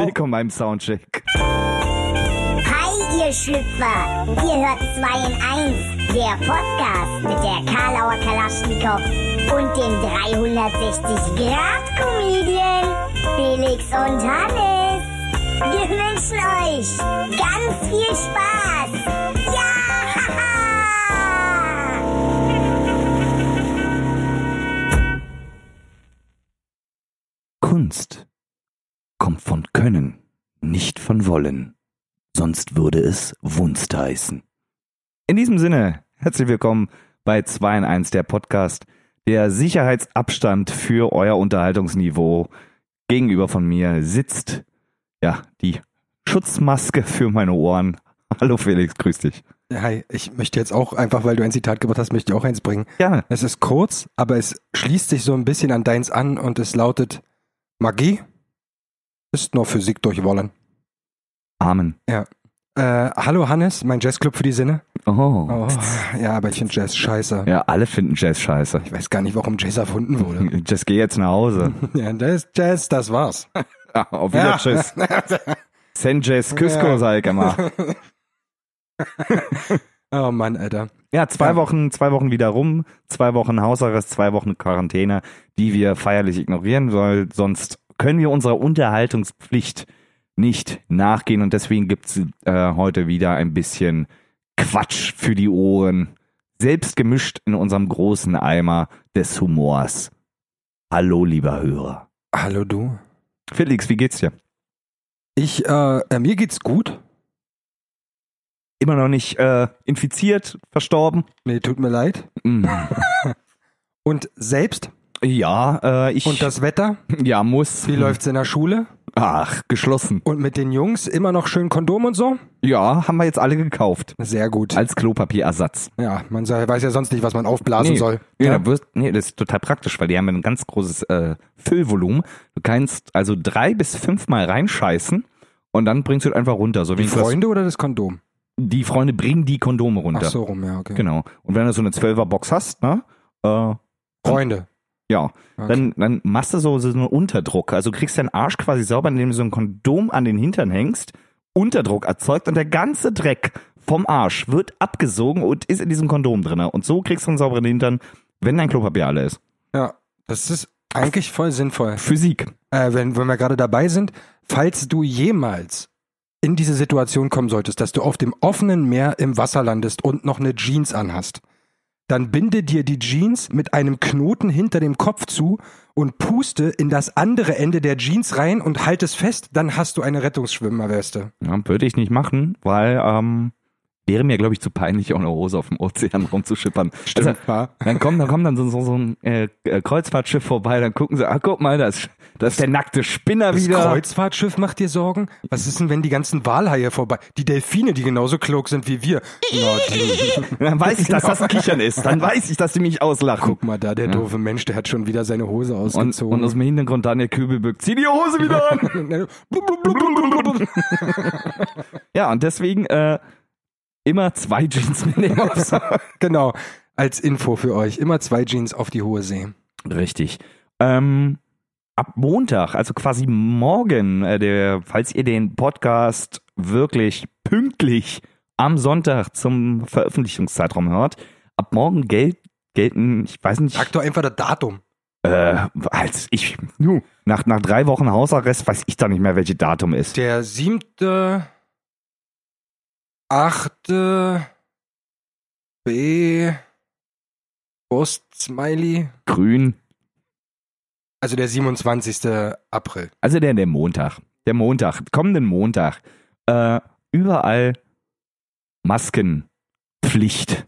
Willkommen beim Soundcheck. Hi, ihr Schlüpfer! Ihr hört 2 in 1, der Podcast mit der Karlauer Kalaschnikow und dem 360-Grad-Comedian Felix und Hannes. Wir wünschen euch ganz viel Spaß! Ja! Kunst kommt von Können, nicht von Wollen. Sonst würde es Wunst heißen. In diesem Sinne, herzlich willkommen bei 2 in 1, der Podcast, der Sicherheitsabstand für euer Unterhaltungsniveau. Gegenüber von mir sitzt, ja, die Schutzmaske für meine Ohren. Hallo Felix, grüß dich. Hi, ich möchte jetzt auch einfach, weil du ein Zitat gebracht hast, möchte ich auch eins bringen. Gerne. Es ist kurz, aber es schließt sich so ein bisschen an deins an und es lautet: Magie ist nur Physik durchwollen. Amen. Äh, hallo Hannes, mein Jazzclub für die Sinne. Oh. Oh, ja, aber ich finde Jazz scheiße. Ja, Hm. alle finden Jazz scheiße. Ich weiß gar nicht, warum Jazz erfunden wurde. Jazz, geh jetzt nach Hause. ja, das ist Jazz, das war's. Auf wieder Tschüss. Sanchez Cusco, Ja. sag ich immer. Oh Mann, Alter. Ja, zwei Ja. Wochen, zwei Wochen wieder rum, zwei Wochen Hausarrest, zwei Wochen Quarantäne, die wir feierlich ignorieren, weil sonst können wir unserer Unterhaltungspflicht nicht nachgehen und deswegen gibt's äh, heute wieder ein bisschen Quatsch für die Ohren. Selbst gemischt in unserem großen Eimer des Humors. Hallo, lieber Hörer. Hallo du. Felix, wie geht's dir? Ich, äh, äh, mir geht's gut. Immer noch nicht äh, infiziert, verstorben? Nee, tut mir leid. Mm. Und selbst? Ja, äh, ich. Und das Wetter? Ja, muss. Wie läuft's in der Schule? Ach, geschlossen. Und mit den Jungs immer noch schön Kondom und so? Ja, haben wir jetzt alle gekauft. Sehr gut. Als Klopapierersatz. Ja, man sei- weiß ja sonst nicht, was man aufblasen soll. Ja, Ja. da wirst, nee, das ist total praktisch, weil die haben ein ganz großes äh, Füllvolumen. Du kannst also drei bis fünfmal reinscheißen und dann bringst du es einfach runter. So wie Die das- Freunde oder das Kondom? die Freunde bringen die Kondome runter. Ach so rum, ja, okay. Genau. Und wenn du so eine 12er Box hast, ne? Äh, Freunde. ja, Okay. dann, dann machst du so, so einen Unterdruck. Also kriegst deinen Arsch quasi sauber, indem du so ein Kondom an den Hintern hängst, Unterdruck erzeugt und der ganze Dreck vom Arsch wird abgesogen und ist in diesem Kondom drin. Und so kriegst du einen sauberen Hintern, wenn dein Klopapier alle ist. Ja, das ist eigentlich voll sinnvoll. Physik. Äh, wenn, wenn wir gerade dabei sind, falls du jemals in diese Situation kommen solltest, dass du auf dem offenen Meer im Wasser landest und noch eine Jeans anhast, dann binde dir die Jeans mit einem Knoten hinter dem Kopf zu und puste in das andere Ende der Jeans rein und halt es fest, dann hast du eine Rettungsschwimmerweste. Ja, würde ich nicht machen, weil ähm, wäre mir, glaube ich, zu peinlich, ohne Hose auf dem Ozean rumzuschippern. Also, ja. dann kommt, dann kommt dann so, so, so ein äh, äh, Kreuzfahrtschiff vorbei, dann gucken sie, ah, guck mal, da ist, da ist der nackte Spinner Das wieder. Kreuzfahrtschiff macht dir Sorgen? Was ist denn, wenn die ganzen Walhaie vorbei, die Delfine, die genauso klug sind wie wir? Na, die, Dann weiß ich, dass das Kichern ist. Dann weiß ich, dass die mich auslachen. guck mal da, der doofe Mensch, der hat schon wieder seine Hose Und, und ausgezogen. aus dem Hintergrund Daniel Kübelböck, zieh die Hose wieder an! ja, und deswegen äh, immer zwei Jeans mitnehmen. genau, als Info für euch. Immer zwei Jeans auf die hohe See. Richtig. Ähm, ab Montag, also quasi morgen, äh, der, falls ihr den Podcast wirklich pünktlich am Sonntag zum Veröffentlichungszeitraum hört, ab morgen gel gelten, ich weiß nicht, Sag doch einfach das Datum. äh, als ich, nach, nach drei Wochen Hausarrest weiß ich da nicht mehr, welches Datum ist. Der siebte, achte, B, Wurst, Smiley. Grün. Also der 27. April. Also der, der Montag. Der Montag, kommenden Montag. Äh, überall Maskenpflicht.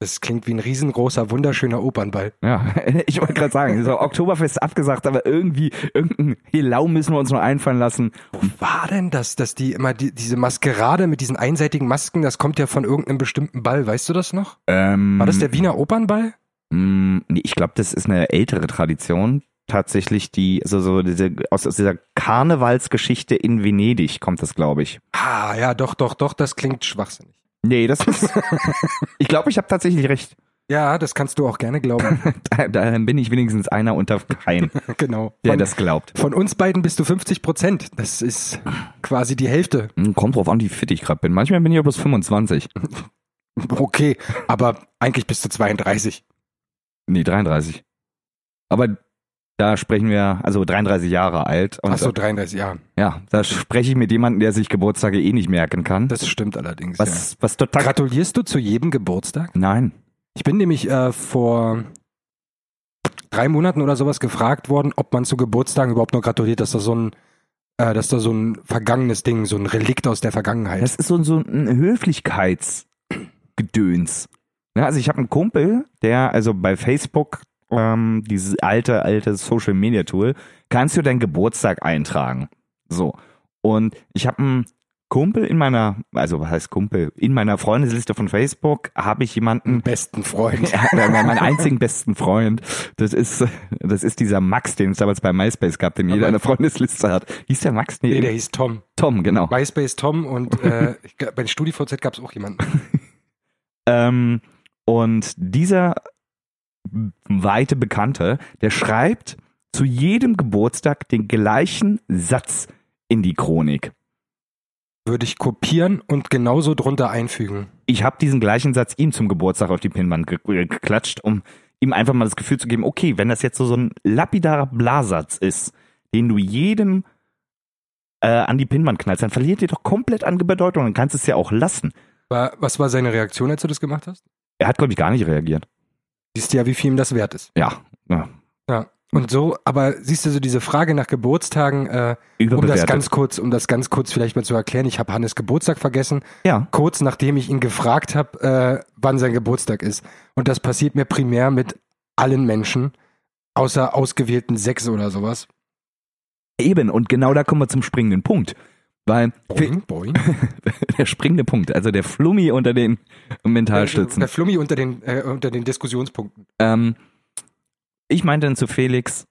Das klingt wie ein riesengroßer, wunderschöner Opernball. Ja, ich wollte gerade sagen, so Oktoberfest abgesagt, aber irgendwie irgendein Helau müssen wir uns nur einfallen lassen. War denn das, dass die immer die, diese Maskerade mit diesen einseitigen Masken, das kommt ja von irgendeinem bestimmten Ball, weißt du das noch? Ähm, War das der Wiener Opernball? Mm, nee, ich glaube, das ist eine ältere Tradition. Tatsächlich die, also so diese, aus, aus dieser Karnevalsgeschichte in Venedig kommt das, glaube ich. Ah, ja, doch, doch, doch, das klingt schwachsinnig. Nee, das ist. ich glaube, ich habe tatsächlich recht. Ja, das kannst du auch gerne glauben. Da- Daran bin ich wenigstens einer unter keinen, genau. der Von, das glaubt. von uns beiden bist du 50 Prozent. Das ist quasi die Hälfte. Hm, Kommt drauf an, wie fit ich gerade bin. Manchmal bin ich ja bloß 25. Okay, aber eigentlich bist du 32. Nee, 33. Aber da sprechen wir, also 33 Jahre alt. Und äh, Achso, 33, ja. ja, da spreche ich mit jemandem, der sich Geburtstage eh nicht merken kann. Das stimmt allerdings. was, was ja. total. Gratulierst du zu jedem Geburtstag? Nein. Ich bin nämlich äh, vor drei Monaten oder sowas gefragt worden, ob man zu Geburtstagen überhaupt noch gratuliert, dass da so ein, äh, dass da so ein vergangenes Ding, so ein Relikt aus der Vergangenheit. Das ist so, so ein Höflichkeitsgedöns. Ja, also ich habe einen Kumpel, der also bei Facebook, ähm, dieses alte, alte Social Media Tool, kannst du deinen Geburtstag eintragen. So. Und ich habe einen Kumpel in meiner, also was heißt Kumpel, in meiner Freundesliste von Facebook habe ich jemanden, besten Freund. Ja, mein mein einzigen besten Freund, das ist, das ist dieser Max, den es damals bei MySpace gab, den jeder in der Freundesliste hat. Hieß der Max? Nee, Nee, der hieß Tom. Tom, genau. MySpace Tom und äh, ich glaub, bei StudiVZ gab es auch jemanden. Ähm, und dieser weite Bekannte, der schreibt zu jedem Geburtstag den gleichen Satz in die Chronik. Würde ich kopieren und genauso drunter einfügen. Ich habe diesen gleichen Satz ihm zum Geburtstag auf die Pinnwand ge ge- geklatscht, um ihm einfach mal das Gefühl zu geben, okay, wenn das jetzt so, so ein lapidarer Blasatz ist, den du jedem äh, an die Pinnwand knallst, dann verliert ihr doch komplett an Bedeutung und kannst es ja auch lassen. War, was war seine Reaktion, als du das gemacht hast? Er hat, glaube ich, gar nicht reagiert. Siehst du ja, wie viel ihm das wert ist. Ja, ja. Ja. Und so, aber siehst du so diese Frage nach Geburtstagen, äh, um das überbewertet. ganz kurz, um das ganz kurz vielleicht mal zu erklären, ich habe Hannes Geburtstag vergessen. ja, kurz nachdem ich ihn gefragt habe, äh, wann sein Geburtstag ist. Und das passiert mir primär mit allen Menschen, außer ausgewählten sechs oder sowas. Eben, und genau da kommen wir zum springenden Punkt. Weil Boing, boing. der springende Punkt, also der Flummi unter den Mentalstützen. Der Flummi unter den, äh, unter den Diskussionspunkten. Ähm, ich meinte dann zu Felix,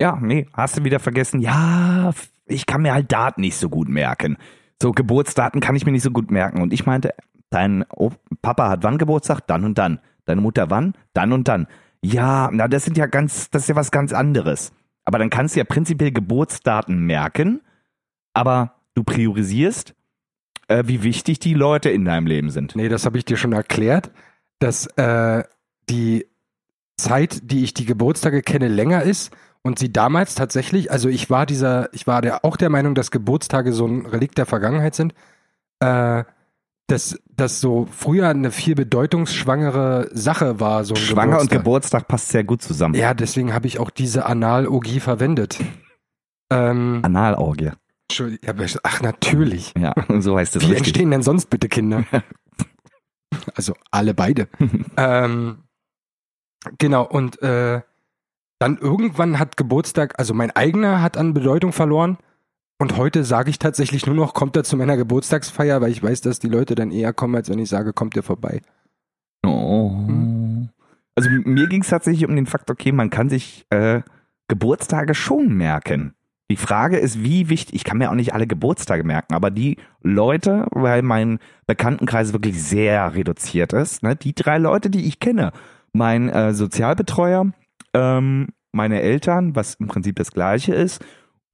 ja, nee, hast du wieder vergessen, ja, f- ich kann mir halt Daten nicht so gut merken. So Geburtsdaten kann ich mir nicht so gut merken. Und ich meinte, dein Op- Papa hat wann Geburtstag? Dann und dann. Deine Mutter wann? Dann und dann. Ja, na, das sind ja ganz, das ist ja was ganz anderes. Aber dann kannst du ja prinzipiell Geburtsdaten merken, aber du priorisierst, äh, wie wichtig die Leute in deinem Leben sind. Nee, das habe ich dir schon erklärt, dass äh, die Zeit, die ich die Geburtstage kenne, länger ist und sie damals tatsächlich, also ich war dieser, ich war der, auch der Meinung, dass Geburtstage so ein Relikt der Vergangenheit sind, äh, dass das so früher eine viel bedeutungsschwangere Sache war, so ein Schwanger und Geburtstag. Geburtstag passt sehr gut zusammen. Ja, deswegen habe ich auch diese Analogie verwendet. Ähm, Analorgie. Entschuldigung, ja, aber- ach natürlich. Ja, so heißt es Wie richtig. entstehen denn sonst bitte Kinder? also alle beide. ähm, genau, und äh, dann irgendwann hat Geburtstag, also mein eigener hat an Bedeutung verloren. Und heute sage ich tatsächlich nur noch, kommt er zu meiner Geburtstagsfeier, weil ich weiß, dass die Leute dann eher kommen, als wenn ich sage, kommt ihr vorbei. Oh. Also m- mir ging es tatsächlich um den Fakt, okay, man kann sich äh, Geburtstage schon merken. Die Frage ist, wie wichtig, ich kann mir auch nicht alle Geburtstage merken, aber die Leute, weil mein Bekanntenkreis wirklich sehr reduziert ist, ne, die drei Leute, die ich kenne, mein äh, Sozialbetreuer, ähm, meine Eltern, was im Prinzip das gleiche ist,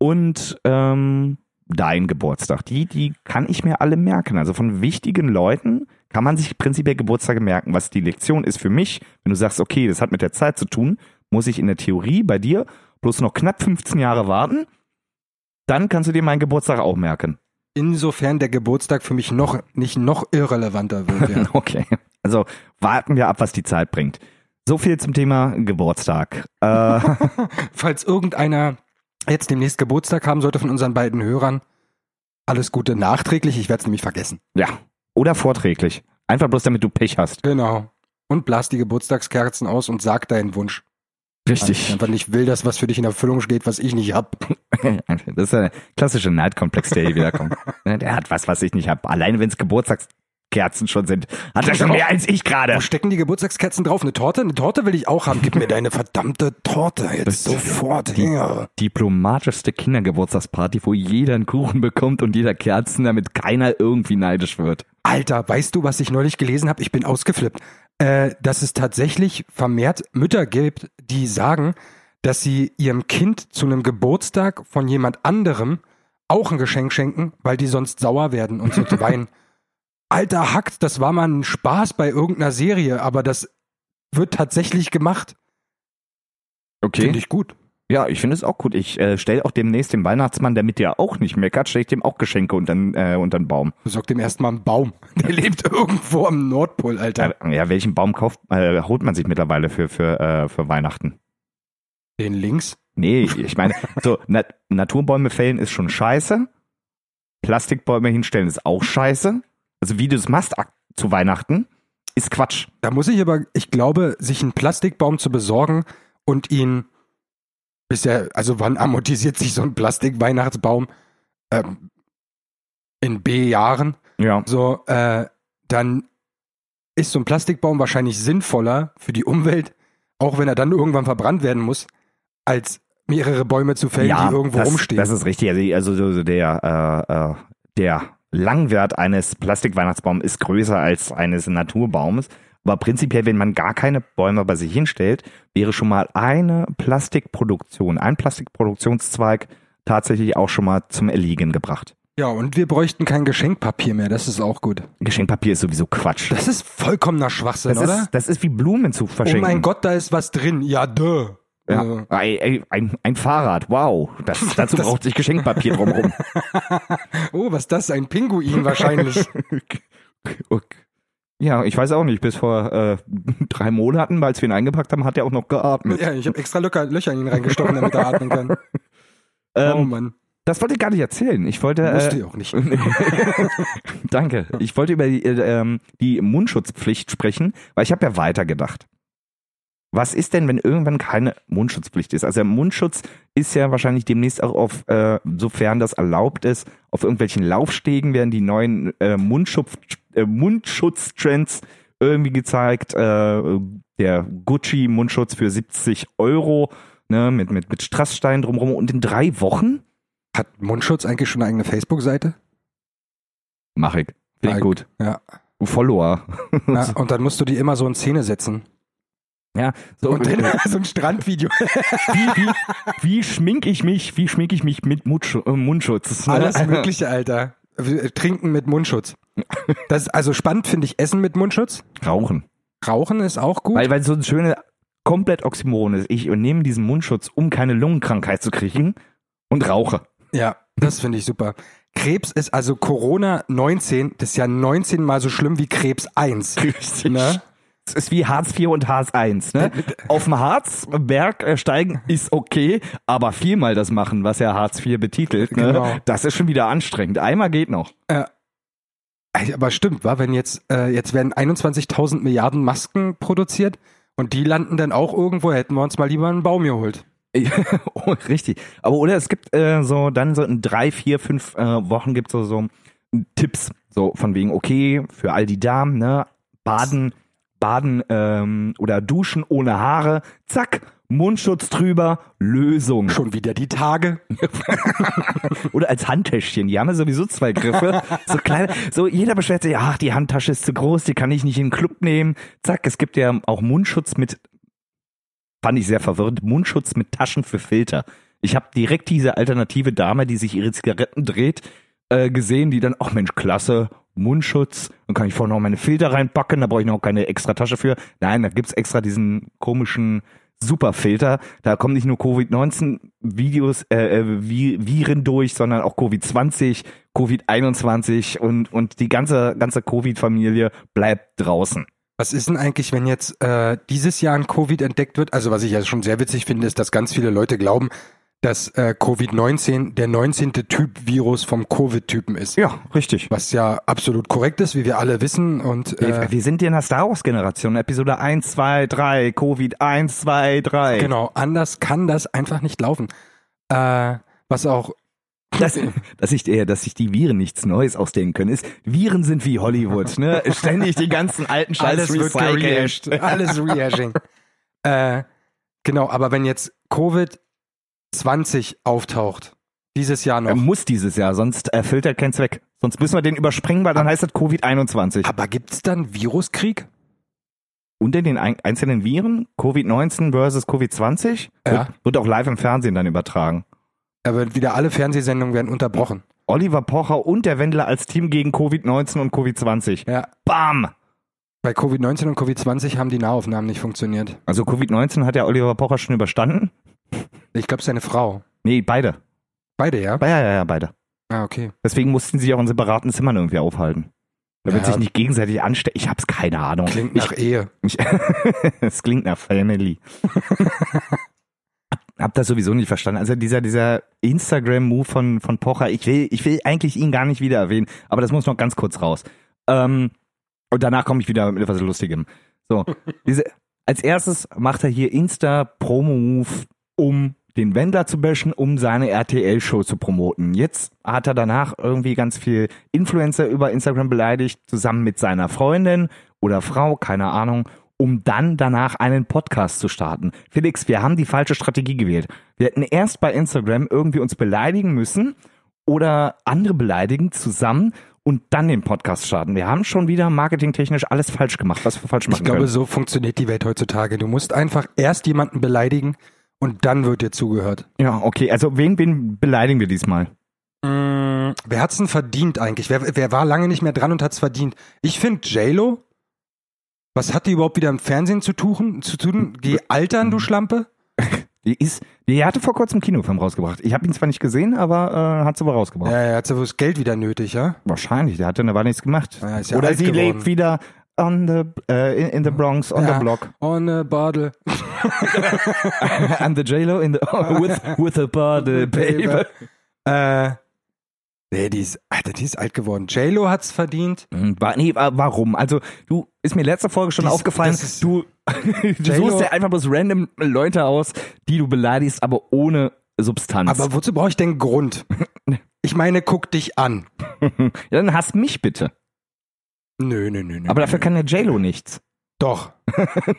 und ähm, dein Geburtstag. Die, die kann ich mir alle merken. Also von wichtigen Leuten kann man sich prinzipiell Geburtstage merken. Was die Lektion ist für mich, wenn du sagst, okay, das hat mit der Zeit zu tun, muss ich in der Theorie bei dir bloß noch knapp 15 Jahre warten, dann kannst du dir meinen Geburtstag auch merken. Insofern der Geburtstag für mich noch nicht noch irrelevanter wird. Ja. Okay. Also warten wir ab, was die Zeit bringt. So viel zum Thema Geburtstag. Äh, Falls irgendeiner jetzt demnächst Geburtstag haben sollte von unseren beiden Hörern, alles Gute nachträglich, ich werde es nämlich vergessen. ja. Oder vorträglich. Einfach bloß, damit du Pech hast. Genau. Und blas die Geburtstagskerzen aus und sag deinen Wunsch. Einfach nicht will das, was für dich in Erfüllung steht, was ich nicht hab. Das ist der klassische Neidkomplex, der hier wiederkommt. Der hat was, was ich nicht habe. Alleine wenn es Geburtstagskerzen schon sind, hat er schon mehr als ich gerade. Wo stecken die Geburtstagskerzen drauf? Eine Torte? Eine Torte will ich auch haben. Gib mir deine verdammte Torte jetzt sofort her. Diplomatischste Kindergeburtstagsparty, wo jeder einen Kuchen bekommt und jeder Kerzen, damit keiner irgendwie neidisch wird. Alter, weißt du, was ich neulich gelesen habe? Ich bin ausgeflippt. äh, dass es tatsächlich vermehrt Mütter gibt, die sagen, dass sie ihrem Kind zu einem Geburtstag von jemand anderem auch ein Geschenk schenken, weil die sonst sauer werden und so zu weinen. Alter Hackt, das war mal ein Spaß bei irgendeiner Serie, aber das wird tatsächlich gemacht. Finde Okay. ich gut. Ja, ich finde es auch gut. Ich äh, stelle auch demnächst den Weihnachtsmann, damit der auch nicht meckert, stelle ich dem auch Geschenke unter äh, unter den Baum. Besorgt dem erstmal einen Baum. Der lebt irgendwo am Nordpol, Alter. Ja, ja welchen Baum kauft, äh, holt man sich mittlerweile für, für, äh, für Weihnachten? Den links. Nee, ich meine, so Na Naturbäume fällen ist schon scheiße. Plastikbäume hinstellen ist auch scheiße. Also wie du es machst ak- zu Weihnachten, ist Quatsch. Da muss ich aber, ich glaube, sich einen Plastikbaum zu besorgen und ihn bisher, also wann amortisiert sich so ein Plastikweihnachtsbaum? Ähm, in B-Jahren. Ja. So, äh, dann ist so ein Plastikbaum wahrscheinlich sinnvoller für die Umwelt, auch wenn er dann irgendwann verbrannt werden muss, als mehrere Bäume zu fällen, ja die irgendwo das, rumstehen. Das ist richtig. Also, also so- so der, äh, äh, der Langwert eines Plastikweihnachtsbaums ist größer als eines Naturbaums. Aber prinzipiell, wenn man gar keine Bäume bei sich hinstellt, wäre schon mal eine Plastikproduktion, ein Plastikproduktionszweig tatsächlich auch schon mal zum Erliegen gebracht. ja, und wir bräuchten kein Geschenkpapier mehr, das ist auch gut. Geschenkpapier ist sowieso Quatsch. Das ist vollkommener Schwachsinn, Das oder? ist, das ist wie Blumen zu oh verschenken. mein Gott, da ist was drin. Ja, duh. Ja. Also, Ey, ey, ein, ein Fahrrad, wow. Das, dazu Das- braucht sich Geschenkpapier drumherum. Oh, was ist das? Ein Pinguin wahrscheinlich. ja, ich weiß auch nicht. Bis vor äh, drei Monaten, als wir ihn eingepackt haben, hat er auch noch geatmet. ja, ich habe extra Löcker, Löcher in ihn reingestochen, damit er atmen kann. oh Ähm, Mann, das wollte ich gar nicht erzählen. Ich wollte. musste Äh, ich auch nicht. danke. Ich wollte über die, äh, ähm, die Mundschutzpflicht sprechen, weil ich habe ja weitergedacht. Was ist denn, wenn irgendwann keine Mundschutzpflicht ist? Also der Mundschutz ist ja wahrscheinlich demnächst auch auf, äh, sofern das erlaubt ist, auf irgendwelchen Laufstegen werden die neuen äh, Mundschutz, äh, Mundschutztrends irgendwie gezeigt. Äh, der Gucci-Mundschutz für 70 Euro ne, mit, mit, mit Strasssteinen drumherum. Und in drei Wochen Hat Mundschutz eigentlich schon eine eigene Facebook-Seite? mache ich. Finde ich Ah, gut. Ja. Follower. ja. Und dann musst du die immer so in Szene setzen. Ja, so Und dann so ein Strandvideo. wie, wie, wie schminke ich mich, wie schminke ich mich mit Mutsch- äh, Mundschutz? ne? Alles Mögliche, Alter. Wir Trinken mit Mundschutz. Das ist also spannend finde ich Essen mit Mundschutz. Rauchen. Rauchen ist auch gut. Weil, weil so ein schöne, komplett Oxymoron ist. Ich nehme diesen Mundschutz, um keine Lungenkrankheit zu kriegen und rauche. Ja, das finde ich super. Krebs ist also Corona-19, das ist ja 19 mal so schlimm wie Krebs 1. Richtig. Ne? Es ist wie Hartz IV und Hartz I. Ne? Auf dem Harzberg äh, steigen ist okay, aber viermal das machen, was ja Hartz IV betitelt, ne? Genau. das ist schon wieder anstrengend. Einmal geht noch. Ey, Aber stimmt, war, wenn jetzt, äh, jetzt werden 21.000 Milliarden Masken produziert und die landen dann auch irgendwo, hätten wir uns mal lieber einen Baum geholt. oh, richtig. Aber oder es gibt äh, so dann so in drei, vier, fünf äh, Wochen gibt es so, so Tipps. So von wegen, okay, für all die Damen, ne? Baden, baden ähm, oder duschen ohne Haare, zack, Mundschutz drüber, Lösung. Schon wieder die Tage. Oder als Handtäschchen. Die haben ja sowieso zwei Griffe. So kleine, so jeder beschwert sich, ach, die Handtasche ist zu groß, die kann ich nicht in den Club nehmen. Zack, es gibt ja auch Mundschutz mit, fand ich sehr verwirrend, Mundschutz mit Taschen für Filter. Ich habe direkt diese alternative Dame, die sich ihre Zigaretten dreht, äh, gesehen, die dann, ach Mensch, klasse, Mundschutz, dann kann ich vorne noch meine Filter reinpacken, da brauche ich noch keine extra Tasche für. Nein, da gibt's extra diesen komischen Superfilter. Da kommen nicht nur Covid-19-Videos, äh, äh, Vi- Viren durch, sondern auch Covid-20, Covid-21 und, und die ganze, ganze Covid-Familie bleibt draußen. Was ist denn eigentlich, wenn jetzt äh, dieses Jahr ein Covid entdeckt wird? Also was ich ja schon sehr witzig finde, ist, dass ganz viele Leute glauben, dass äh, Covid-19 der 19. Typ Virus vom Covid-Typen ist. Ja, richtig. Was ja absolut korrekt ist, wie wir alle wissen. Und Wir, äh, wir sind in der Star Wars-Generation, Episode 1, 2, 3, Covid 1, 2, 3. genau, anders kann das einfach nicht laufen. Äh, was auch dass, dass, ich, äh, dass sich die Viren nichts Neues ausdenken können, ist, Viren sind wie Hollywood, ne? Ständig die ganzen alten Scheiß alles wird recycelt. gerehashed. Alles rehashing. äh, genau, aber wenn jetzt Covid-20 auftaucht, dieses Jahr noch, Er Äh, muss dieses Jahr, sonst erfüllt er keinen Zweck. Sonst müssen wir den überspringen, weil dann heißt das Covid-21. aber gibt's dann Viruskrieg? unter den ein einzelnen Viren, Covid-19 versus Covid-20, Ja. wird, wird auch live im Fernsehen dann übertragen. Aber wieder alle Fernsehsendungen werden unterbrochen. Oliver Pocher und der Wendler als Team gegen Covid-19 und Covid-20. Ja. Bam! Bei Covid-19 und Covid-20 haben die Nahaufnahmen nicht funktioniert. Also Covid-19 hat ja Oliver Pocher schon überstanden. Ich glaube, seine Frau. Nee, beide. Beide, ja? Be- Ja, ja, ja, beide. Ah, okay. Deswegen mussten sie sich auch in separaten Zimmern irgendwie aufhalten. Damit Ja. sich nicht gegenseitig anstecken. Ich hab's keine Ahnung. Klingt nach Ehe. Ich, es klingt nach Family. Hab das sowieso nicht verstanden. Also dieser, dieser Instagram-Move von, von Pocher, ich will, ich will eigentlich ihn gar nicht wieder erwähnen, aber das muss noch ganz kurz raus. Ähm, und danach komme ich wieder mit etwas Lustigem. So, diese, als erstes macht er hier Insta-Promo-Move, um den Wendler zu bashen, um seine RTL-Show zu promoten. Jetzt hat er danach irgendwie ganz viel Influencer über Instagram beleidigt, zusammen mit seiner Freundin oder Frau, keine Ahnung, um dann danach einen Podcast zu starten. Felix, wir haben die falsche Strategie gewählt. Wir hätten erst bei Instagram irgendwie uns beleidigen müssen oder andere beleidigen zusammen und dann den Podcast starten. Wir haben schon wieder marketingtechnisch alles falsch gemacht, was wir falsch machen Ich glaube, können. so funktioniert die Welt heutzutage. Du musst einfach erst jemanden beleidigen und dann wird dir zugehört. Ja, okay. Also wen, wen beleidigen wir diesmal? Mm, Wer hat's denn verdient eigentlich? Wer, wer war lange nicht mehr dran und hat's verdient? Ich finde JLo, was hat die überhaupt wieder im Fernsehen zu, tuchen, zu tun? Geh altern, du Schlampe. Die ist, die hatte vor kurzem einen Kinofilm rausgebracht. Ich habe ihn zwar nicht gesehen, aber äh, hat sie aber rausgebracht. Ja, ja, hat sie wohl das Geld wieder nötig, ja? Wahrscheinlich, der hatte war nichts gemacht. Ja, ist ja Oder alt sie geworden. lebt wieder on the, äh, in, in the Bronx, on ja. the block. On a bottle. I'm the J-Lo in the, with, with a body, baby. Äh, nee, die ist, Alter, die ist alt geworden. JLo hat's verdient. Nee, Hm, wa- warum? Also, du, ist mir letzte Folge schon Dies- aufgefallen, das ist- du, du J-Lo- suchst ja einfach bloß random Leute aus, die du beleidigst, aber ohne Substanz. Aber wozu brauche ich denn einen Grund? Ich meine, guck dich an. Ja, dann hasst mich bitte. Nö, nö, nö, nö. Aber dafür kann der JLo nichts. Doch.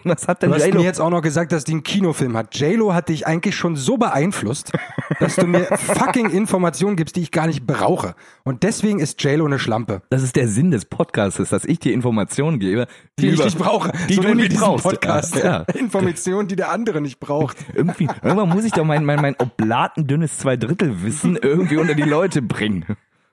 Was hat denn Du hast mir JLo? jetzt auch noch gesagt, dass die einen Kinofilm hat. JLo hat dich eigentlich schon so beeinflusst, dass du mir fucking Informationen gibst, die ich gar nicht brauche. Und deswegen ist JLo eine Schlampe, Das ist der Sinn des Podcasts, dass ich dir Informationen gebe, die ich über- nicht brauche. die so du nennen wir nicht diesen brauchst. Podcast. Ja, ja. Informationen, die der andere nicht braucht. Irgendwie, irgendwann muss ich doch mein, mein, mein oblatendünnes Zweidrittelwissen irgendwie unter die Leute bringen.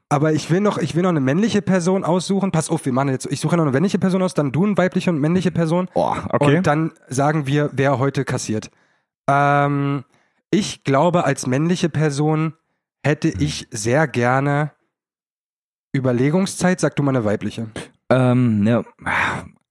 Aber ich will noch, ich will noch eine männliche Person aussuchen. Pass auf, wir machen jetzt, ich suche noch eine männliche Person aus, dann du eine weibliche und männliche Person. Oh, okay. Und dann sagen wir, wer heute kassiert. Ähm, ich glaube, als männliche Person hätte Mhm. ich sehr gerne Überlegungszeit, sag du mal eine weibliche. Ähm, ne,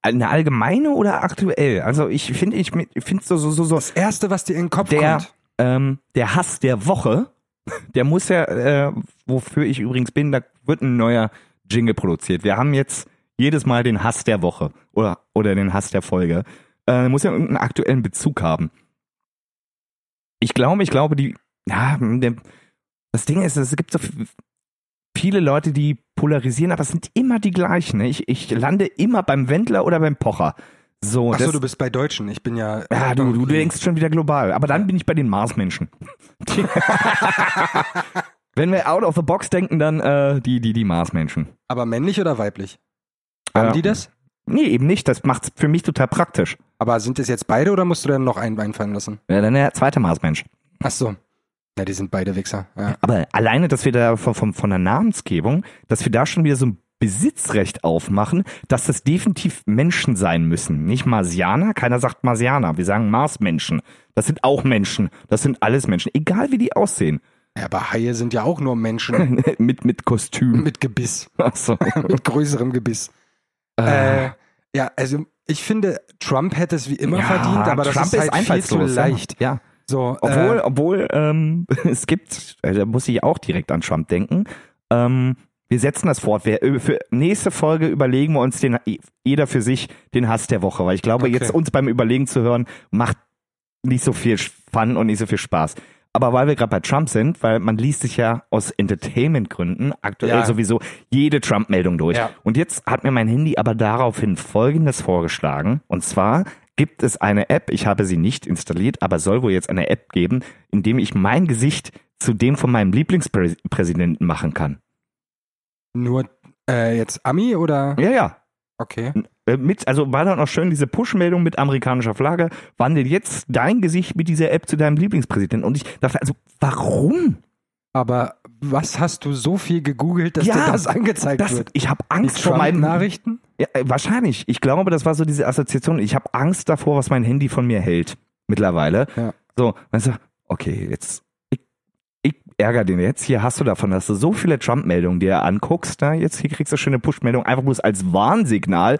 eine allgemeine oder aktuell? Also ich finde, ich finde so, so, so, so, Das erste, was dir in den Kopf der, kommt. ähm, der Hass der Woche, der muss ja, äh, wofür ich übrigens bin, da wird ein neuer Jingle produziert. Wir haben jetzt jedes Mal den Hass der Woche oder, oder den Hass der Folge. Äh, muss ja irgendeinen aktuellen Bezug haben. Ich glaube, ich glaube, die, ja, der, das Ding ist, es gibt so f- viele Leute, die polarisieren, aber es sind immer die gleichen. Ne? Ich, ich lande immer beim Wendler oder beim Pocher. So, Achso, das- du bist bei Deutschen. Ich bin ja. äh, ja, du, du denkst schon wieder global. Aber dann bin ich bei den Marsmenschen. Die- Wenn wir out of the box denken, dann äh, die, die, die Marsmenschen. Aber männlich oder weiblich? Ja. Haben die das? Nee, eben nicht. Das macht's für mich total praktisch. Aber sind es jetzt beide oder musst du dann noch einen einfallen lassen? Ja, dann der zweite Marsmensch. Achso. Ja, die sind beide Wichser. Ja. Aber alleine, dass wir da von, von, von der Namensgebung, dass wir da schon wieder so ein Besitzrecht aufmachen, dass das definitiv Menschen sein müssen. Nicht Marsianer, keiner sagt Marsianer. Wir sagen Marsmenschen. Das sind auch Menschen. Das sind alles Menschen. Egal wie die aussehen. ja, aber Haie sind ja auch nur Menschen mit, mit Kostüm. mit Gebiss. Achso. mit größerem Gebiss. Ah. Äh, ja, also ich finde, Trump hätte es wie immer verdient, aber das Trump ist halt viel zu einfallslos, leicht. Ja. ja. So, Obwohl, äh, obwohl ähm, es gibt, äh, da muss ich auch direkt an Trump denken. Ähm, wir setzen das fort. Wir, äh, für nächste Folge überlegen wir uns den, äh, jeder für sich den Hass der Woche, weil ich glaube, Okay. jetzt uns beim Überlegen zu hören, macht nicht so viel Fun und nicht so viel Spaß. Aber weil wir gerade bei Trump sind, weil man liest sich ja aus Entertainment-Gründen aktuell Ja. sowieso jede Trump-Meldung durch. Ja. Und jetzt hat mir mein Handy aber daraufhin Folgendes vorgeschlagen. Und zwar gibt es eine App, ich habe sie nicht installiert, aber soll wohl jetzt eine App geben, in dem ich mein Gesicht zu dem von meinem Lieblingspräsidenten machen kann. nur äh, jetzt Ami oder? Ja, ja. Okay. Äh, Mit, also war da noch schön diese Push-Meldung mit amerikanischer Flagge. Wandel jetzt dein Gesicht mit dieser App zu deinem Lieblingspräsidenten. Und ich dachte, also, warum? Aber was hast du so viel gegoogelt, dass Ja, dir das angezeigt Das, wird? ich habe Die Angst vor meinem. Nachrichten? Ja, äh, wahrscheinlich. Ich glaube, das war so diese Assoziation. Ich habe Angst davor, was mein Handy von mir hält. Mittlerweile. Ja. So, weißt du, okay, jetzt. Ich, ich ärgere den jetzt. Hier hast du davon, dass du so viele Trump-Meldungen dir anguckst. Na, jetzt hier kriegst du schöne Push-Meldung. Einfach bloß als Warnsignal.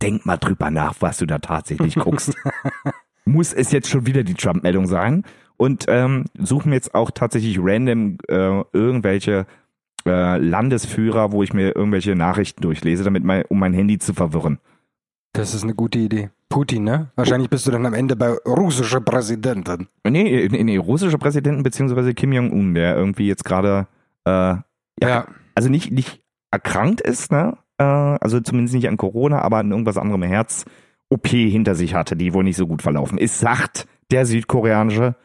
Denk mal drüber nach, was du da tatsächlich guckst. Muss es jetzt schon wieder die Trump-Meldung sein? Und ähm, suchen jetzt auch tatsächlich random äh, irgendwelche äh, Landesführer, wo ich mir irgendwelche Nachrichten durchlese, damit mein, um mein Handy zu verwirren. Das ist eine gute Idee. Putin, ne? Wahrscheinlich bist du dann am Ende bei russischer Präsidentin. Nee, nee, nee russischer Präsidenten beziehungsweise Kim Jong-un, der irgendwie jetzt gerade, äh, Ja. also nicht, nicht erkrankt ist, ne? Äh, also zumindest nicht an Corona, aber an irgendwas anderem Herz. OP hinter sich hatte, die wohl nicht so gut verlaufen ist, sagt der südkoreanische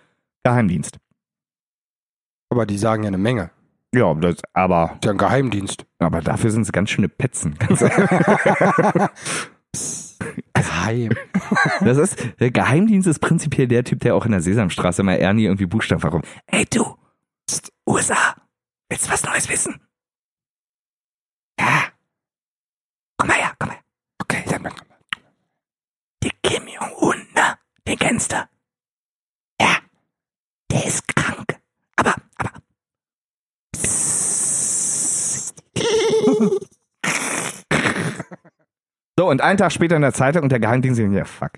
Geheimdienst. Aber die sagen ja eine Menge. Ja, das, aber, Ist ja ein Geheimdienst. aber dafür sind es ganz schöne Petzen. Ganz Geheim. Das ist, der Geheimdienst ist prinzipiell der Typ, der auch in der Sesamstraße mal Ernie irgendwie Buchstaben verkommt. Ey, du! Psst, USA! Willst du was Neues wissen? Ja. Komm mal her, komm mal her. Okay, dann Die Kim Jong-un, ne? Den kennst du. Ja. Der ist krank. Aber, aber. Psst. So, und einen Tag später in der Zeitung und der Geheimdienst, ja, fuck.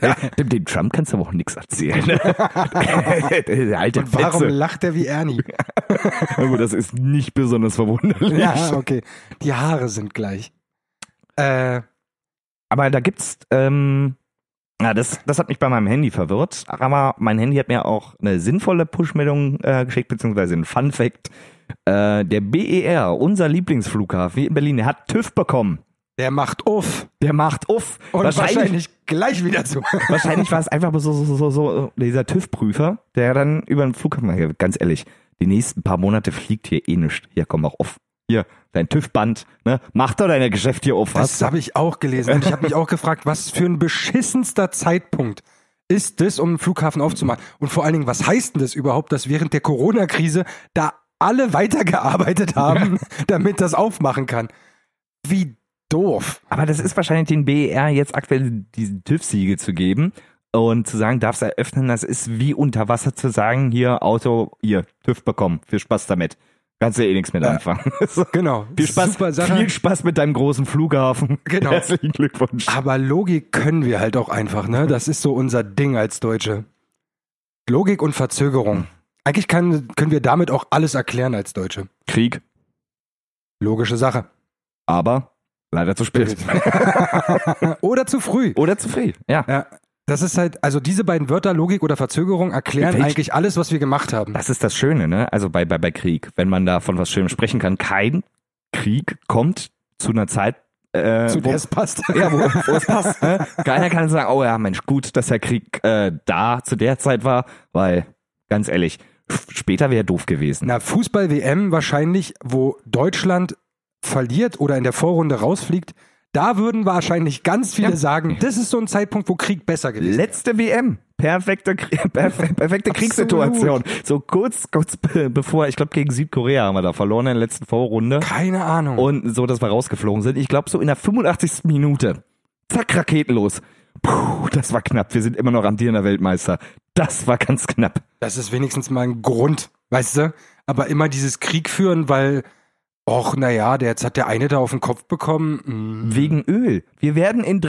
Ja, dem, dem Trump kannst du aber auch nichts erzählen. Der alte Und warum Fetze. lacht er wie Ernie? Na gut, das ist nicht besonders verwunderlich. ja, okay. Die Haare sind gleich. Äh, Aber da gibt's, ähm, ja, das, das hat mich bei meinem Handy verwirrt. Aber mein Handy hat mir auch eine sinnvolle Push-Meldung äh, geschickt, beziehungsweise einen Fun-Fact. Äh, der BER, unser Lieblingsflughafen hier in Berlin, der hat TÜV bekommen. der macht uff. Der macht uff. Und wahrscheinlich, gleich wieder zu. Wahrscheinlich war es einfach so, so, so, so äh, dieser TÜV-Prüfer, der dann über den Flughafen, ganz ehrlich, die nächsten paar Monate fliegt hier eh nichts. Hier, komm auch auf. Hier, dein TÜV-Band, ne? Mach doch dein Geschäft hier auf, was? Das habe ich auch gelesen. Und ich habe mich auch gefragt, was für ein beschissenster Zeitpunkt ist das, um einen Flughafen aufzumachen? Und vor allen Dingen, was heißt denn das überhaupt, dass während der Corona-Krise da alle weitergearbeitet haben, damit das aufmachen kann? Wie doof. Aber das ist wahrscheinlich den BER jetzt aktuell diesen TÜV-Siegel zu geben und zu sagen, darf's eröffnen, das ist wie unter Wasser zu sagen, hier Auto, hier, TÜV bekommen, viel Spaß damit. Kannst du eh nichts mit anfangen. So. Genau. Viel Spaß, Super Sache. viel Spaß mit deinem großen Flughafen. Genau. Herzlichen Glückwunsch. Aber Logik können wir halt auch einfach, ne? Das ist so unser Ding als Deutsche. Logik und Verzögerung. Eigentlich kann, können wir damit auch alles erklären als Deutsche. Krieg, Logische Sache. aber leider zu spät. Oder zu früh. Oder zu früh, ja. Ja. Das ist halt, also diese beiden Wörter, Logik oder Verzögerung, erklären Welch- eigentlich alles, was wir gemacht haben. Das ist das Schöne, ne? Also bei, bei, bei Krieg, wenn man da von was Schönem sprechen kann. Kein Krieg kommt zu einer Zeit, äh, Zu wo- der es passt. ja, wo, wo es passt. Ne? Keiner kann sagen, oh ja, Mensch, gut, dass der Krieg äh, da zu der Zeit war, weil, ganz ehrlich, f- später wäre doof gewesen. Na, Fußball-WM wahrscheinlich, wo Deutschland verliert oder in der Vorrunde rausfliegt, da würden wahrscheinlich ganz viele sagen, das ist so ein Zeitpunkt, wo Krieg besser gewesen wäre. Letzte WM. Perfekte, Krie- perf- perfekte Kriegssituation. So kurz, kurz be- bevor, ich glaube, gegen Südkorea haben wir da verloren in der letzten Vorrunde. Keine Ahnung. Und so, dass wir rausgeflogen sind. Ich glaube, so in der 85. Minute. Zack, Raketen los. Puh, das war knapp. Wir sind immer noch amtierender Weltmeister. Das war ganz knapp. Das ist wenigstens mal ein Grund, weißt du? Aber immer dieses Krieg führen, weil, och, naja, der, jetzt hat der eine da auf den Kopf bekommen. mm. Wegen Öl. Wir werden in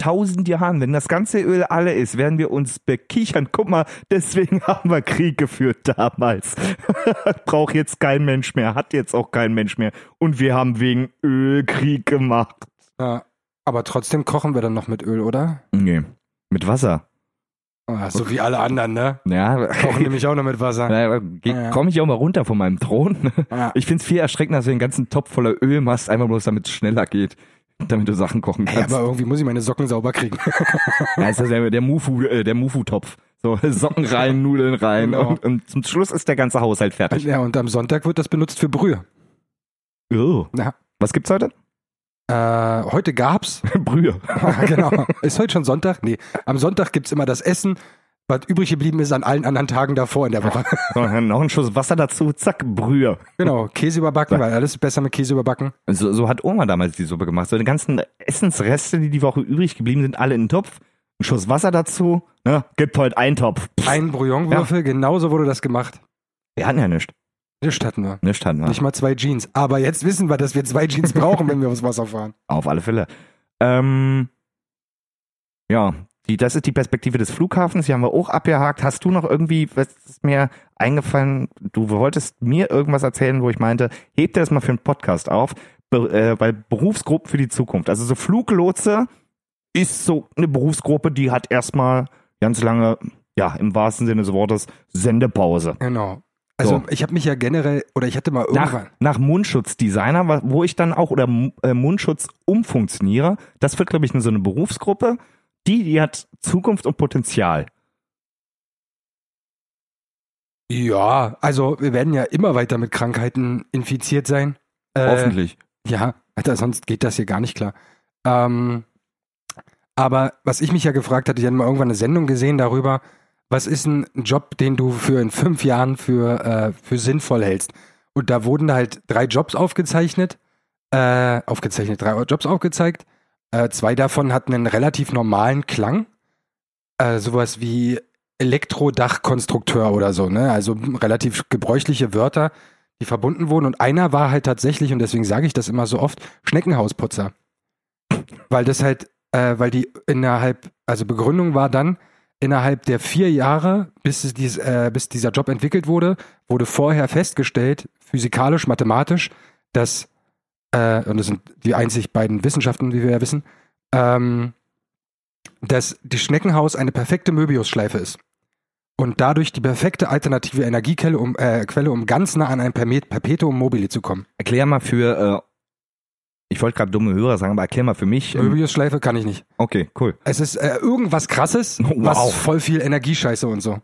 300.000 Jahren, wenn das ganze Öl alle ist, werden wir uns bekichern. Guck mal, deswegen haben wir Krieg geführt damals. Braucht jetzt kein Mensch mehr, hat jetzt auch kein Mensch mehr. Und wir haben wegen Öl Krieg gemacht. Ja, aber trotzdem kochen wir dann noch mit Öl, oder? Nee, mit Wasser. Ah, so wie alle anderen, ne? Ja, Kochen nämlich auch noch mit Wasser. Ja. komme ich auch mal runter von meinem Thron. Ja. Ich finde es viel erschreckender, dass du den ganzen Topf voller Öl machst, einfach bloß damit es schneller geht, damit du Sachen kochen Ey, kannst. aber irgendwie muss ich meine Socken sauber kriegen. Ja, ist dasselbe, der Mufu, äh, der Mufu-Topf. So Socken rein, Nudeln rein Genau. und, und zum Schluss ist der ganze Haushalt fertig. ja, und am Sonntag wird das benutzt für Brühe. Oh. Ja. Was gibt's heute? Äh, heute gab's, Brühe. genau, ist heute schon Sonntag? Nee, am Sonntag gibt's immer das Essen, was übrig geblieben ist an allen anderen Tagen davor in der Woche. Noch ein Schuss Wasser dazu, zack, Brühe. genau, Käse überbacken, weil alles ist besser mit Käse überbacken. So, so hat Oma damals die Suppe gemacht. So die ganzen Essensreste, die die Woche übrig geblieben sind, alle in den Topf. Ein Schuss Wasser dazu. Ne? Gibt heute einen Topf. Pff, Ein Bouillonwürfel, genauso wurde das gemacht. Wir hatten ja nichts. Nichts hatten wir. Nichts hatten wir. Nicht mal zwei Jeans. Aber jetzt wissen wir, dass wir zwei Jeans brauchen, wenn wir aufs Wasser fahren. Auf alle Fälle. Ähm, ja, die, das ist die Perspektive des Flughafens. Die haben wir auch abgehakt. Hast du noch irgendwie, was ist mir eingefallen? Du wolltest mir irgendwas erzählen, wo ich meinte, heb dir das mal für einen Podcast auf, be, äh, bei Berufsgruppen für die Zukunft. Also so Fluglotse ist so eine Berufsgruppe, die hat erstmal ganz lange, ja, im wahrsten Sinne des Wortes, Sendepause. Genau. Also So. ich habe mich ja generell, oder ich hatte mal Nach, irgendwann. nach Mundschutzdesigner, wa- wo ich dann auch oder M- äh, Mundschutz umfunktioniere. Das wird, glaube ich, so eine Berufsgruppe. Die, die hat Zukunft und Potenzial. Ja, also wir werden ja immer weiter mit Krankheiten infiziert sein. Äh, Hoffentlich. Ja, Alter, sonst geht das hier gar nicht klar. Ähm, aber was ich mich ja gefragt hatte, ich hatte mal irgendwann eine Sendung gesehen darüber, was ist ein Job, den du für in fünf Jahren für, äh, für sinnvoll hältst? Und da wurden halt drei Jobs aufgezeichnet, äh, aufgezeichnet, drei Jobs aufgezeigt. Äh, zwei davon hatten einen relativ normalen Klang. Äh, sowas wie Elektrodachkonstrukteur oder so, ne? Also relativ gebräuchliche Wörter die verbunden wurden. Und einer war halt tatsächlich, und deswegen sage ich das immer so oft, Schneckenhausputzer. Weil das halt, äh, weil die innerhalb, also Begründung war dann, innerhalb der vier Jahre, bis, es dies, äh, bis dieser Job entwickelt wurde, wurde vorher festgestellt, physikalisch, mathematisch, dass, äh, und das sind die einzig beiden Wissenschaften, wie wir ja wissen, ähm, dass die Schneckenhaus eine perfekte Möbiusschleife ist und dadurch die perfekte alternative Energiequelle, um, äh, Quelle, um ganz nah an ein Permet- Perpetuum mobile zu kommen. Erklär mal für, äh, ich wollte gerade dumme Hörer sagen, aber erklär mal für mich. Ähm, Möbius-Schleife kann ich nicht. okay, cool. Es ist äh, irgendwas Krasses, Wow. was voll viel Energiescheiße und so.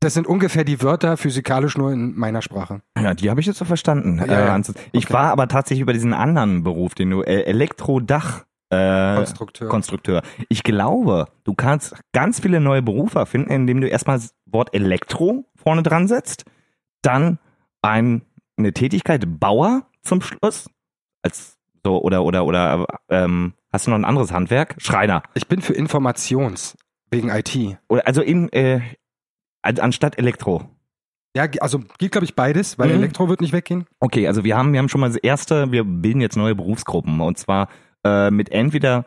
Das sind ungefähr die Wörter physikalisch nur in meiner Sprache. Ja, die habe ich jetzt so verstanden. Ja, äh, ja. Hans. Ich Okay. war aber tatsächlich über diesen anderen Beruf, den du äh, Elektrodach. Äh, Konstrukteur. Konstrukteur. Ich glaube, du kannst ganz viele neue Berufe finden, indem du erstmal das Wort Elektro vorne dran setzt, dann ein, eine Tätigkeit Bauer zum Schluss als so oder oder oder ähm, hast du noch ein anderes Handwerk Schreiner ich bin für Informations wegen IT. oder also in äh, an- anstatt Elektro. Ja, ge- also geht, glaube ich, beides, weil Mhm. Elektro wird nicht weggehen. Okay, also wir haben wir haben schon mal das erste, wir bilden jetzt neue Berufsgruppen und zwar äh, mit entweder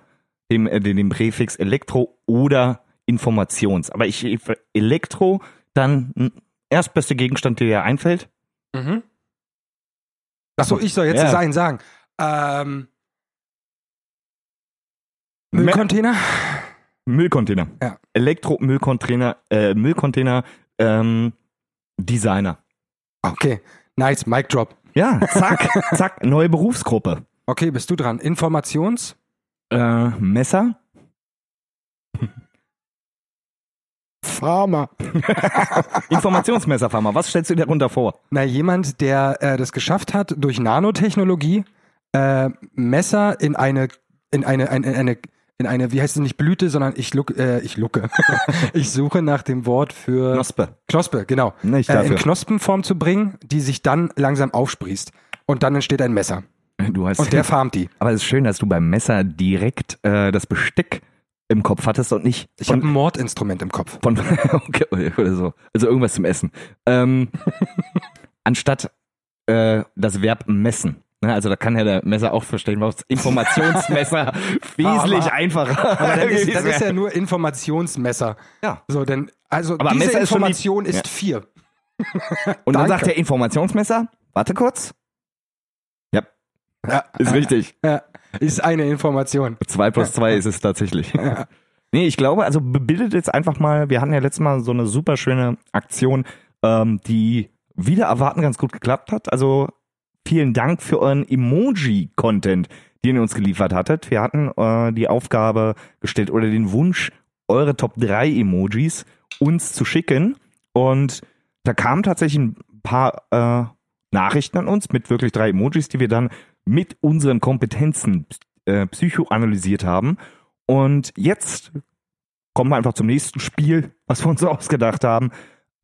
dem äh, dem dem Präfix Elektro oder Informations. Aber ich ich- Elektro dann hm, erstbeste Gegenstand, der dir einfällt. Mhm. Achso, ich soll jetzt Ja. sein sagen. Ähm, Me- Müllcontainer? Müllcontainer. Ja. Elektro Müllcontainer äh, Müllcontainer ähm, Designer. Okay, nice, Mic Drop. Ja, zack, zack, neue Berufsgruppe. Okay, bist du dran. Informations? Äh, Messer, Farmer. Informationsmesserfarmer. Was stellst du dir darunter vor? Na, jemand, der äh, das geschafft hat, durch Nanotechnologie äh, Messer in eine, in eine, in eine, in eine, wie heißt es nicht Blüte, sondern ich luck, äh, ich lucke. ich suche nach dem Wort für Knospe. Knospe, genau. Nicht äh, in dafür. Knospenform zu bringen, die sich dann langsam aufsprießt. Und dann entsteht ein Messer. Du hast Und der farmt die. Aber es ist schön, dass du beim Messer direkt äh, das Besteck im Kopf hattest und nicht Ich habe von, ein Mordinstrument im Kopf. von okay, oder so. Also irgendwas zum Essen. Ähm, anstatt äh, das Verb messen. Ne, also da kann ja der Messer auch verstehen, warum das Informationsmesser wesentlich Aber- einfacher Aber dann ist, gewesen dann ist wäre. ja nur Informationsmesser. Ja. So, denn, also Aber diese Messer ist schon die- Information ist, Ja. vier. Und dann danke. sagt der Informationsmesser, warte kurz. Äh, Ja, Ja. ist richtig. Ja, ist eine Information. Zwei plus zwei ist es tatsächlich. Nee, ich glaube, also bildet jetzt einfach mal, wir hatten ja letztes Mal so eine super schöne Aktion, ähm, die wieder erwarten ganz gut geklappt hat. Also vielen Dank für euren Emoji-Content, den ihr uns geliefert hattet. Wir hatten äh, die Aufgabe gestellt oder den Wunsch, eure Top 3 Emojis uns zu schicken. Und da kamen tatsächlich ein paar äh, Nachrichten an uns mit wirklich drei Emojis, die wir dann mit unseren Kompetenzen äh, psychoanalysiert haben. Und jetzt kommen wir einfach zum nächsten Spiel, was wir uns ausgedacht haben.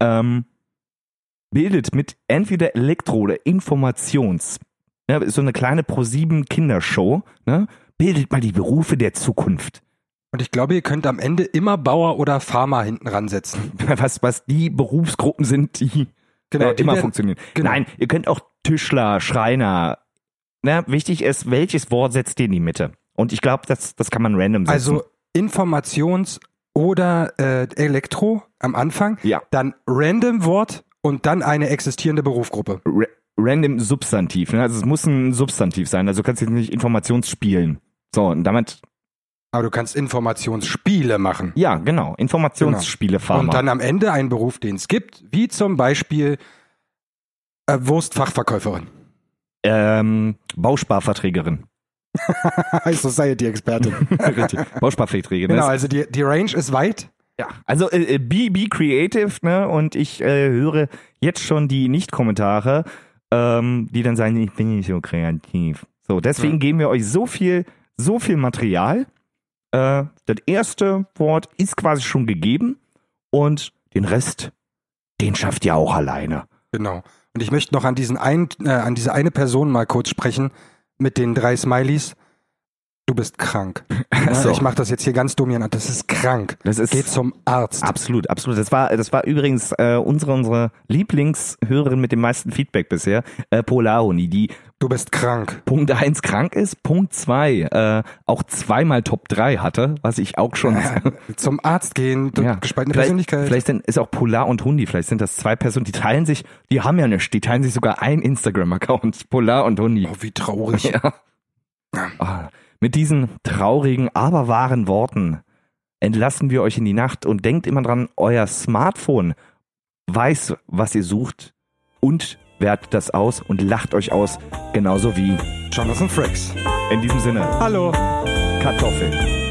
Ähm, bildet mit entweder Elektro- oder Informations, ja, ist so eine kleine Pro-7-Kindershow, ne? bildet mal die Berufe der Zukunft. Und ich glaube, ihr könnt am Ende immer Bauer oder Farmer hinten ransetzen. Was, was die Berufsgruppen sind, die Genau, äh, die immer werden- funktionieren. genau. Nein, ihr könnt auch Tischler, Schreiner. Ne? Wichtig ist, welches Wort setzt ihr in die Mitte? Und ich glaube, das, das kann man random setzen. Also Informations- oder äh, Elektro am Anfang, ja. dann random Wort und dann eine existierende Berufsgruppe. Ra random Substantiv. Ne? Also es muss ein Substantiv sein. Also du kannst jetzt nicht Informationsspielen. So, und damit, Aber du kannst Informationsspiele machen. ja, genau, Informationsspiele fahren. Und dann am Ende einen Beruf, den es gibt, wie zum Beispiel äh, Wurstfachverkäuferin. ähm, Bausparverträgerin. High Society-Expertin. Richtig. Bausparverträgerin. genau, Genau. also die, die Range ist weit. Ja. Also äh, äh, be, be creative, ne? Und ich äh, höre jetzt schon die Nicht-Kommentare, ähm, die dann sagen, ich bin nicht so kreativ. So, deswegen geben wir euch so viel, so viel Material. Äh, das erste Wort ist quasi schon gegeben und den Rest, den schafft ihr auch alleine. Genau. Und ich möchte noch an, diesen ein, äh, an diese eine Person mal kurz sprechen mit den drei Smileys. Du bist krank. Ja, so. Ich mache das jetzt hier ganz dominant. Das ist krank. Das ist Geht zum Arzt. Absolut, absolut. Das war, das war übrigens äh, unsere, unsere Lieblingshörerin mit dem meisten Feedback bisher, äh, Polahoni, die Du bist krank. Punkt 1 krank ist, Punkt 2 äh, auch zweimal Top 3 hatte, was ich auch schon Zum Arzt gehen, du gespaltene vielleicht, Persönlichkeit. Vielleicht sind, ist auch Polar und Hundi, vielleicht sind das zwei Personen, die teilen sich, die haben ja nichts, die teilen sich sogar einen Instagram-Account, Polar und Hundi. Oh, wie traurig. Ja. Oh. Ah, Mit diesen traurigen, aber wahren Worten entlassen wir euch in die Nacht und denkt immer dran, euer Smartphone weiß, was ihr sucht und wertet das aus und lacht euch aus, genauso wie Jonathan Frakes. in diesem Sinne Hallo. Kartoffeln.